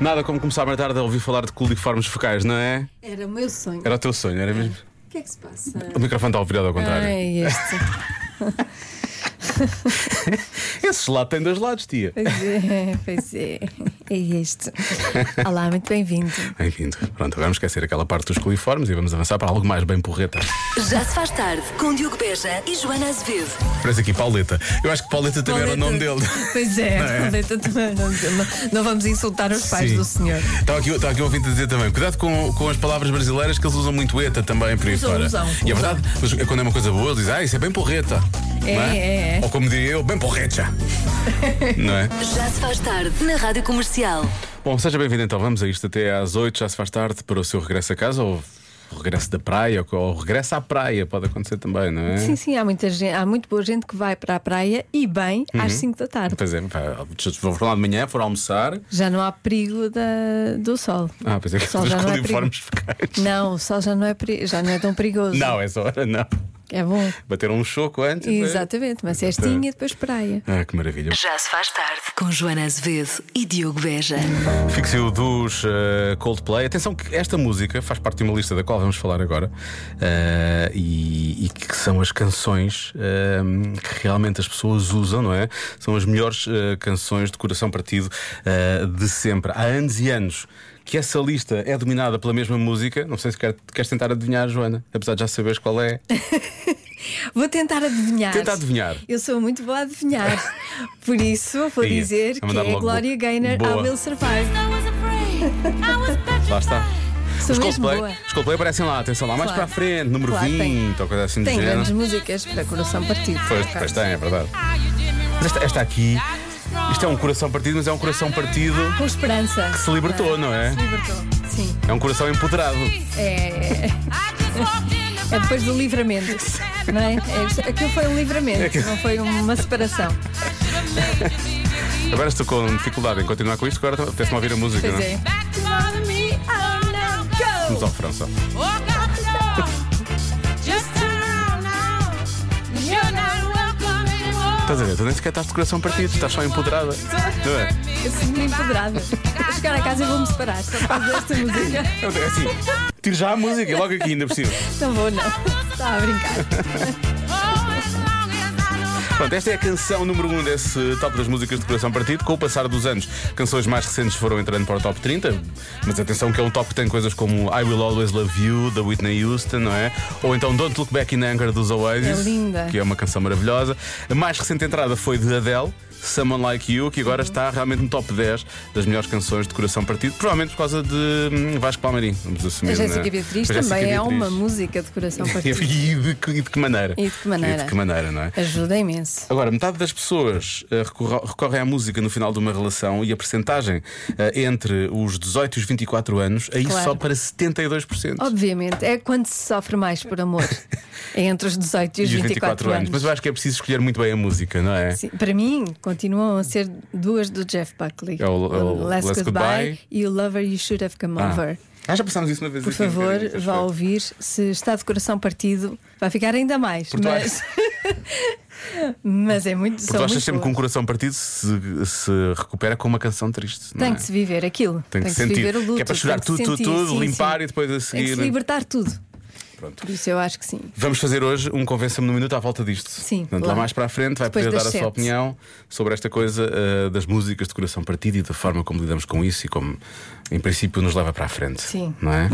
Nada como começar a tarde a ouvir falar de coliformes focais, não é? Era o meu sonho. Era o teu sonho, era mesmo. O que é que se passa? Ah, O microfone estava virado ao contrário. é Ai, este. Esse lado tem dois lados, tia. Pois é, pois é. É este. Olá, muito bem-vindo. Bem-vindo. Pronto, vamos esquecer aquela parte dos coliformes e vamos avançar para algo mais bem porreta. Já se faz tarde com Diogo Beja e Joana Azevedo. Parece aqui Pauleta. Eu acho que Pauleta também era o nome dele. Pois é, Pauleta também não, não- não vamos insultar os pais Sim. do senhor. Estava aqui, estava aqui um ouvinte a dizer também: cuidado com, com as palavras brasileiras que eles usam muito ETA também por aí Usam, fora. usam, e é usam. verdade, mas quando é uma coisa boa, eles dizem: ah, isso é bem porreta. É, não é, é. Ou como diria eu, bem porreta. não é? Já se faz tarde na Rádio Comercial. Bom, seja bem-vindo então. Vamos a isto até às 8, já se faz tarde para o seu regresso a casa ou o regresso da praia ou, ou o regresso à praia, pode acontecer também, não é? Sim, sim, há muita gente, há muito boa gente que vai para a praia e bem às 5 da tarde. Pois é, pá, se for lá de manhã, for almoçar. Já não há perigo da- do sol. Ah, pois é, o que sol os já não é perigo. coliformes focais. Não, o sol já não é, peri- já não é tão perigoso. Não, essa hora não. É bom. Bateram um choco antes. não é? Exatamente, uma cestinha e depois praia. Ah, que maravilha. Já se faz tarde com Joana Azevedo e Diogo Beja. Fixio dos eh, Coldplay. Atenção que esta música faz parte de uma lista da qual vamos falar agora eh, e, e que são as canções eh, que realmente as pessoas usam, não é? São as melhores eh, canções de coração partido eh, de sempre. Há anos e anos que essa lista é dominada pela mesma música. Não sei se quer- queres tentar adivinhar, Joana, apesar de já saberes qual é. Vou tentar adivinhar. Tenta adivinhar. Eu sou muito boa a adivinhar. Por isso, vou Ia, dizer vou que mandar é logo Gloria Gaynor boa. I Will Survive. Lá está. Sou os, mesmo Coldplay, boa. os Coldplay aparecem lá, atenção lá, mais Claro. para a frente, número Claro, 20 tem- ou coisa assim Tem do género. grandes músicas para coração partido. Pois, pois tem, é verdade. Mas esta, esta aqui, isto é um coração partido, mas é um coração partido Com esperança. que se libertou, não é? Libertou. Sim. É um coração empoderado. É. É depois do livramento, não é? É isto- Aquilo foi um livramento, não foi uma separação. Agora estou com dificuldade em continuar com isto, agora apetece-me ouvir a música, Pois não é? é. Oh, Vamos ao França. Estás a ver? Tu nem sequer estás de coração partido, estás só empoderada. Não é? Eu sinto-me empoderada. Vou chegar a casa e vou-me separar, só por causa desta música. É assim, tiro já a música e logo aqui, ainda por cima. Não vou, não. Estava a brincar. Pronto, esta é a canção número 1 um desse top das músicas de coração partido. Com o passar dos anos, canções mais recentes foram entrando para o top 30. Mas atenção que é um top que tem coisas como I Will Always Love You, da Whitney Houston, não é? Ou então Don't Look Back in Anger dos Oasis. É linda. Que é uma canção maravilhosa. A mais recente entrada foi de Adele. Someone Like You, que agora está realmente no top 10 das melhores canções de coração partido, provavelmente por causa de hum, Vasco Palmeirim, vamos assumir. A não é? Jéssica Beatriz A Jéssica também é Beatriz. uma música de coração E partido. de, que- e de que maneira? E de que maneira? E de que maneira, não é? Ajuda imenso. Agora, metade das pessoas eh, recorre, recorre à música no final de uma relação e a percentagem eh, entre os 18 e os 24 anos, aí Claro. só para 72%. Obviamente, é quando se sofre mais por amor. É entre os 18 e os 24 anos. Mas eu acho que é preciso escolher muito bem a música, não é? Sim, para mim, continuam a ser duas do Jeff Buckley: É o- é o Last, Last Goodbye, Goodbye. e o Lover You Should Have Come Ah. Over. Ah, já passámos isso uma vez Por aqui, um favor, bocadinho, acho vá eu. ouvir. Se está de coração partido, vai ficar ainda mais. Porque tu mas... mas é muito. Porque tu São achas muito sempre que um boas. coração partido se, se recupera com uma canção triste. Não Tem é? que se viver aquilo. Tem que se sentir. viver o luto. Que é para chorar tem que tudo, tudo, sentir, tudo, sim, limpar sim. e depois a Tem que seguir- né? se libertar tudo. Pronto. Por isso eu acho que sim. Vamos fazer hoje um Convença-me no Minuto à volta disto. Sim, Portanto, lá claro. mais para a frente vai Depois poder dar das a sua sete. opinião sobre esta coisa ah, das músicas de coração partido e da forma como lidamos com isso e como, em princípio, nos leva para a frente. Sim. Não é?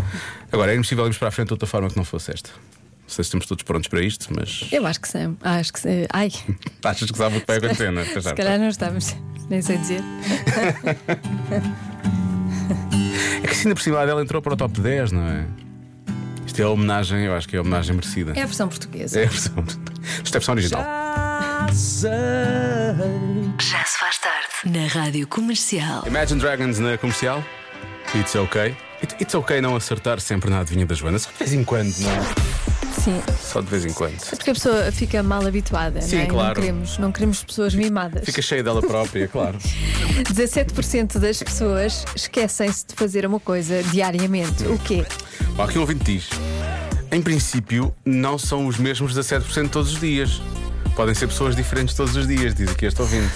Agora, é impossível irmos para a frente de outra forma que não fosse esta. Não sei se estamos todos prontos para isto, mas Eu acho que sim. Acho que sim. Ai, se achas que sabe o que vai acontecer, não é? Pois já. calhar não estamos. Nem sei dizer. É que assim, na possibilidade, ela entrou para o top 10, não é? Isto é a homenagem, eu acho que é a homenagem merecida. É a versão portuguesa. É a versão. Isto é a versão original. Já se faz tarde na Rádio Comercial. Imagine Dragons na comercial. It's ok. It- It's ok não acertar sempre na adivinha da Joana. Só de vez em quando, não é? Sim. Só de vez em quando. É Porque a pessoa fica mal habituada, Sim, não é? claro. Não queremos, não queremos pessoas mimadas. Fica cheia dela própria, claro. 17% das pessoas esquecem-se de fazer uma coisa diariamente. O quê? Bom, aqui um ouvinte diz: em princípio, não são os mesmos 17% todos os dias. Podem ser pessoas diferentes todos os dias, diz aqui este ouvinte.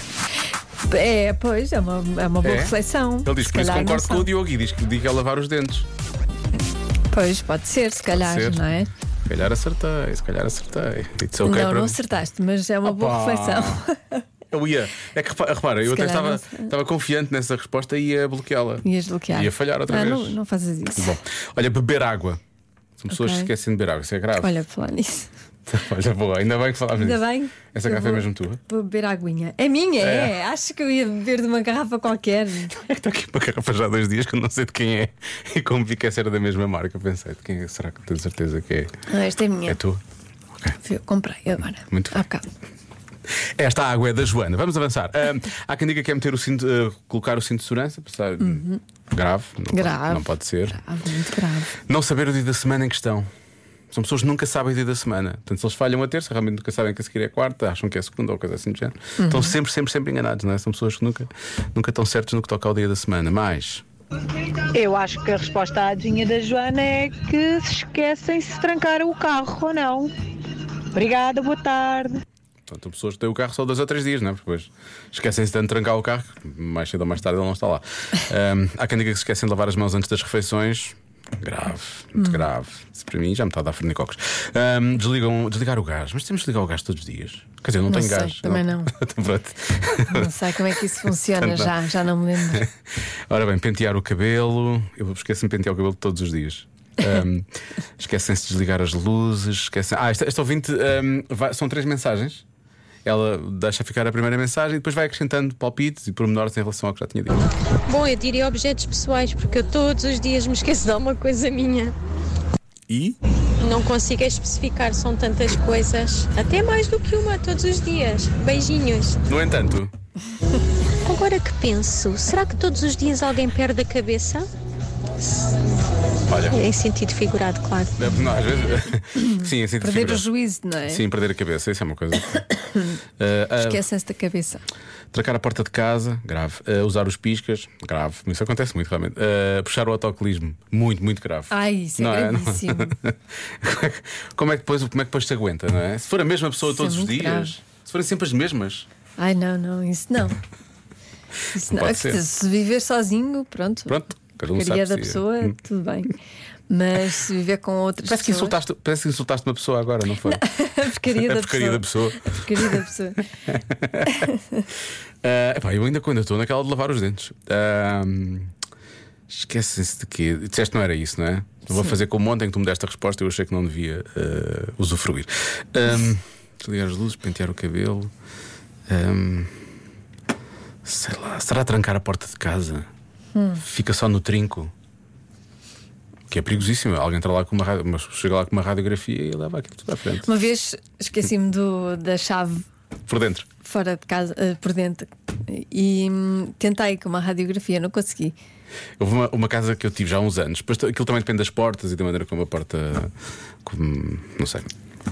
É, pois, é uma, é uma boa É? reflexão. Ele diz, Se por isso calhar não concordo são. com o Diogo e diz que diga a lavar os dentes. Pois, pode ser, se calhar, ser. não é? Se calhar acertei, se calhar acertei. It's okay não, para não mim. acertaste, mas é uma boa Pá. reflexão. Eu ia. É que repa- repara, eu até calhar estava, não estava confiante nessa resposta e ia bloqueá-la. Ias bloquear. Ia falhar outra Ah, vez. Não, não fazes isso. Bom, olha, beber água. São pessoas Ok. que esquecem de beber água, isso é grave. Olha, falar nisso. Olha, boa, ainda bem que falámos Ainda nisso. bem. Essa Eu garrafa é vou- mesmo tua? Vou beber aguinha. É minha, é. Acho que eu ia beber de uma garrafa qualquer. Está aqui uma garrafa já há dois dias que eu não sei de quem é. E como vi que essa era da mesma marca, pensei, de quem é? Será que tenho certeza que é? Ah, esta é minha. É tua? Eu comprei agora. Muito bem. Há bocado. Esta água é da Joana. Vamos avançar. Ahm, há quem diga que é meter o cinto, eh, colocar o cinto de segurança. Pensar, Grave. Não pode- Uhum. Grave. não pode ser. Grave, muito grave. Não saber o dia da semana em questão. São pessoas que nunca sabem o dia da semana. Portanto, se eles falham a terça, realmente nunca sabem que a seguir é quarta, acham que é segunda ou coisa assim do género. Uhum. Estão sempre, sempre, sempre enganados, não é? São pessoas que nunca, nunca estão certas no que toca ao dia da semana. Mas. Eu acho que a resposta à adivinha da Joana é que se esquecem se trancaram o carro ou não. Obrigada, boa tarde. Portanto, pessoas que têm o carro só dois ou três dias, não é? Porque depois esquecem-se de trancar o carro, que mais cedo ou mais tarde ele não está lá. Ahm, há quem diga que se esquecem de lavar as mãos antes das refeições. Grave, muito Hum. grave. Isso para mim já me está a dar fornicocos. Ahm, desligam, desligar o gás, mas temos de ligar o gás todos os dias. Quer dizer, eu não, Não tenho sei, gás. também não. Então, pronto. Não sei como é que isso funciona Então, já, já não me lembro. Ora bem, pentear o cabelo. Eu esqueço-me de pentear o cabelo todos os dias. Ahm, esquecem-se de desligar as luzes. Esquecem... Ah, esta, esta ouvinte ahm, vai- são três mensagens. Ela deixa ficar a primeira mensagem e depois vai acrescentando palpites e pormenores em relação ao que já tinha dito. Bom, eu diria objetos pessoais, porque eu todos os dias me esqueço de alguma coisa minha. E Não consigo especificar, são tantas coisas. Até mais do que uma todos os dias. Beijinhos. No entanto, Agora que penso, será que todos os dias alguém perde a cabeça? olha, é Em sentido figurado, claro. não, às vezes. Sim, assim Perder o juízo, não é? Sim, perder a cabeça, isso é uma coisa. Ah, ah, Esquecem-se da cabeça. Trancar a porta de casa, grave. Uh, usar os piscas, grave. Isso acontece muito, realmente. Uh, puxar o autocolismo, muito, muito grave. Ai, isso é Não Não- gravíssimo. como, é que, como é que depois, como é que depois se aguenta, não é? Se for a mesma pessoa Isso é todos os muito dias, grave. se forem sempre as mesmas. Ai, não, não, isso não. Isso Não não. pode É que ser. Se viver sozinho, pronto. Pronto, cada um Porcaria sabe da se- pessoa, tudo bem. Mas se viver com outras Parece que, pessoas. insultaste, parece que insultaste uma pessoa agora, não foi? A porcaria A da É porcaria da pessoa. A porcaria da pessoa. Ah, epá, eu ainda quando estou naquela de lavar os dentes. Ah, Esquecem-se de quê? Disseste que não era isso, não é? Eu Vou fazer como ontem que tu me deste a resposta, eu achei que não devia ah, usufruir. Ah, desligar as luzes, pentear o cabelo. Ah, sei lá, será trancar a porta de casa? Fica só no trinco. Que é perigosíssimo. Alguém entra lá com uma, radio- mas chega lá com uma radiografia e leva aquilo tudo à frente. Uma vez esqueci-me do- da chave Por dentro. fora de casa, eh, por dentro, e hum, tentei com uma radiografia, não consegui. Houve uma, uma casa que eu tive já há uns anos. Depois, t- aquilo também depende das portas e da maneira como a porta. Como, não sei.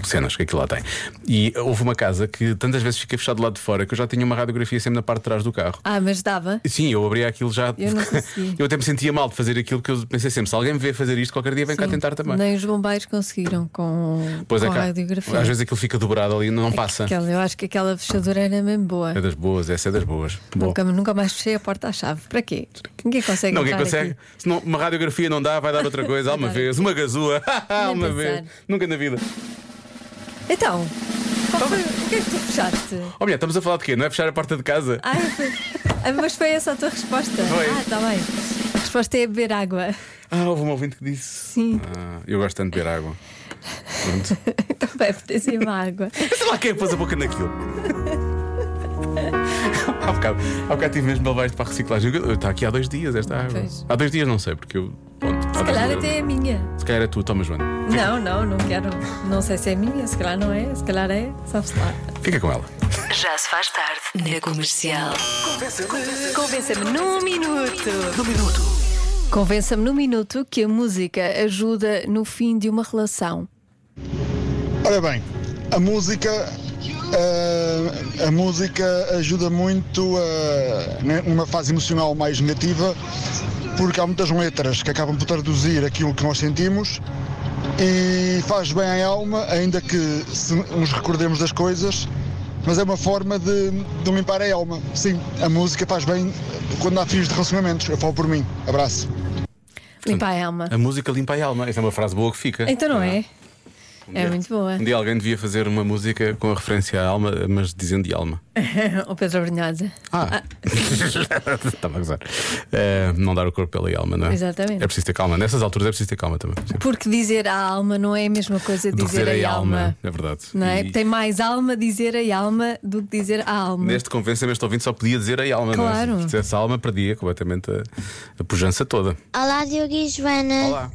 Cenas que aquilo lá tem. E houve uma casa que tantas vezes fiquei fechado do lado de fora que eu já tinha uma radiografia sempre na parte de trás do carro. Ah, mas dava. E Sim, eu abria aquilo já. Eu não consegui. eu até me sentia mal de fazer aquilo que eu pensei sempre: se alguém me vê fazer isto, qualquer dia vem cá Sim. tentar também. Nem os bombeiros conseguiram com, Pois com é, a cá, radiografia. Às vezes aquilo fica dobrado ali e não passa. Aquela- eu acho que aquela fechadura era mesmo boa. É das boas, essa é das boas. Bom. Nunca, nunca mais fechei a porta à chave. Para quê? Ninguém consegue. Não, quem entrar consegue? aqui. Se não, uma radiografia não dá, vai dar outra coisa, alguma vez. Uma gazua, uma Nem vez. pensar. Nunca na vida. Então, qual foi- o que é que tu fechaste? Oh, mulher, estamos a falar de quê? Não é fechar a porta de casa? Ah, foi- ah, mas foi essa a tua resposta? Foi. Ah, está bem. A resposta é beber água. Ah, houve um ouvinte que disse. Sim, Ah, eu gosto tanto de beber água. também apetece uma água. Sei lá quem é pôs a boca naquilo. há, bocado, há bocado tive mesmo balbais para a reciclagem. Eu- eu- Está aqui há dois dias esta água. Pois. Há dois dias não sei, porque eu. Pronto, há Se dois calhar dias- até é minha. Se calhar é tu, toma, Joana. Não, não, não quero. Não sei se é minha, se calhar não é, se calhar é, sabe-se lá. Fica com ela. Já se faz tarde na comercial. Convença-me num minuto. Convença-me num minuto que a música ajuda no fim de uma relação. Olha bem, a música eh, a música ajuda muito a, né, numa fase emocional mais negativa porque há muitas letras que acabam por traduzir aquilo que nós sentimos e faz bem à alma, ainda que se nos recordemos das coisas, mas é uma forma de, de limpar a alma. Sim, a música faz bem quando há fios de relacionamentos. Eu falo por mim. Abraço. Limpa a alma. A música limpa a alma. Essa é uma frase boa que fica. Então não é? Um É dia- muito boa. Um dia alguém devia fazer uma música com a referência à alma, mas dizendo de alma. O Pedro Brunhosa. Ah! Estava a gozar. Eh, não dar o corpo pela alma, não é? Exatamente. É preciso ter calma. Nessas alturas é preciso ter calma também. Sim. Porque dizer a alma não é a mesma coisa de Do dizer, dizer a alma. É verdade. Não é? E Tem mais alma dizer a alma do que dizer a alma. Neste convencimento, este ouvinte só podia dizer a alma, não Claro. é? Se dissesse a alma, perdia completamente a, a pujança toda. Olá, Diogo e Joana. Olá.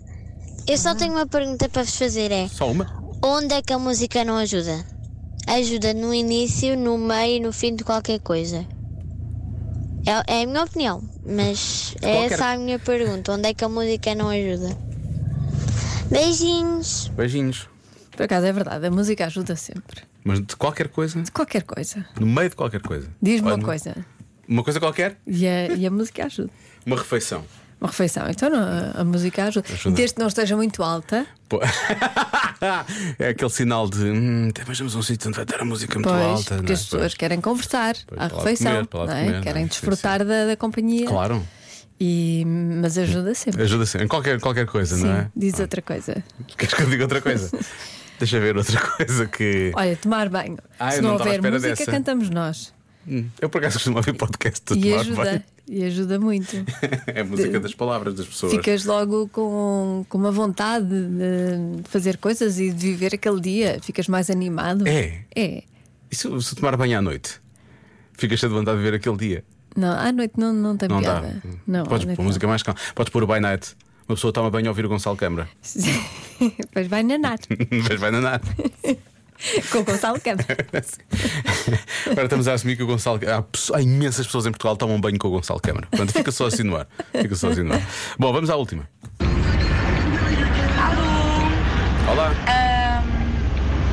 Eu só tenho uma pergunta para vos fazer: é Só uma? onde é que a música não ajuda? Ajuda no início, no meio e no fim de qualquer coisa. É, é a minha opinião, mas é Qualquer- essa a minha pergunta: onde é que a música não ajuda? Beijinhos! Beijinhos. Por acaso é verdade, a música ajuda sempre. Mas de qualquer coisa, De qualquer coisa. no meio de qualquer coisa. Diz-me Olha, uma coisa. Uma coisa qualquer? E a, e a música ajuda. Uma refeição. Uma refeição. Então não, a, a música ajuda. Ajuda. Desde que não esteja muito alta. Pô. é aquele sinal de hum, até mais vamos a um sítio onde vai dar a música muito Pois, alta. não é? porque as pessoas Pois. querem conversar Pois, à para lá de refeição, comer, para lá de não é? comer, não é? querem Sim, desfrutar Da, da companhia. Claro, E, mas ajuda sempre. ajuda-se em qualquer, qualquer coisa, Sim, não é? diz outra coisa. Queres que eu diga outra coisa? Deixa ver outra coisa que. Olha, tomar banho. Ah, eu Se não não estava à houver espera música, dessa. cantamos nós. Hum, Eu por acaso costumo ouvir podcast de E tomar ajuda. banho. E ajuda muito. É a música das palavras das pessoas. Ficas logo com, com uma vontade de de fazer coisas e de viver aquele dia. Ficas mais animado. É. É. E se, se tomar banho à noite? Ficas cheio de vontade de ver aquele dia. Não, à noite não, não tem Não dá. piada. Não, é à Podes pôr noite não. música mais calma. Podes pôr o by night. Uma pessoa toma banho a ouvir o Gonçalo Câmara. Depois vai nanar Mas vai nanar. com o Gonçalo Câmara. Agora estamos a assumir que o Gonçalo. Há, pesso- há imensas pessoas em Portugal que tomam banho com o Gonçalo Câmara. Portanto, fica só assim no ar. Fica só assim no ar. Bom, vamos à última. Olá.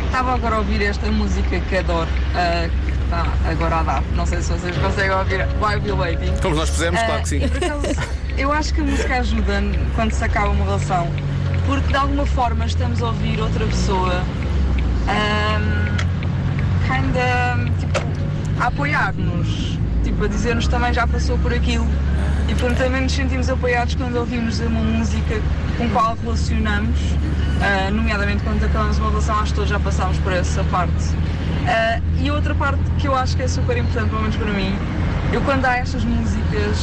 Estava Ehm, agora a ouvir esta música que adoro, ah, que está agora a dar. Não sei se vocês conseguem ouvir. Why Be Waiting. Como nós fizemos, Ah, claro que sim. e por acaso, eu acho que a música ajuda n- quando se acaba uma relação, porque de alguma forma estamos a ouvir outra pessoa ahm, kinda, tipo, a apoiar-nos, tipo, a dizer-nos também já passou por aquilo. E portanto também nos sentimos apoiados quando ouvimos uma música com qual relacionamos, ah, nomeadamente quando acabamos uma relação, acho que todos já passámos por essa parte. Ah, e outra parte que eu acho que é super importante, pelo menos para mim, eu quando há estas músicas,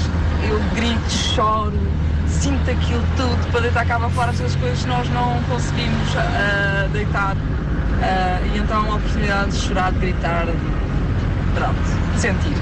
eu grito, choro, sinto aquilo tudo para deitar cá para fora essas coisas que nós não conseguimos ah, deitar. Ah, e então a oportunidade de chorar, de gritar, de, pronto, de sentir.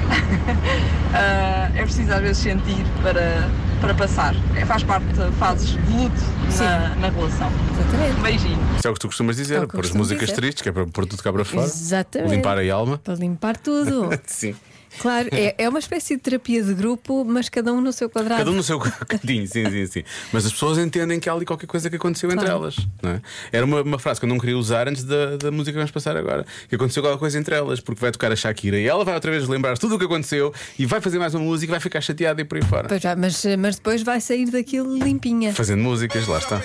Ah, é preciso às vezes sentir para, para passar. É, faz parte de fases de luto na, na relação. Um Exatamente. Beijinho. Isso é o que tu costumas dizer, É o que eu pôr as costumo músicas dizer. tristes, que é para pôr tudo cá para fora, Exatamente. limpar a alma. Para limpar tudo. Sim. Claro, é, é uma espécie de terapia de grupo, mas cada um no seu quadrado. Cada um no seu cantinho, sim, sim, sim. Mas as pessoas entendem que há ali qualquer coisa que aconteceu entre Claro. elas. não é? Era uma, uma frase que eu não queria usar antes da, da música que vamos passar agora. Que aconteceu qualquer coisa entre elas, porque vai tocar a Shakira e ela vai outra vez lembrar tudo o que aconteceu e vai fazer mais uma música e vai ficar chateada e por aí fora. Pois já, mas, mas depois vai sair daquilo limpinha. Fazendo músicas, lá está.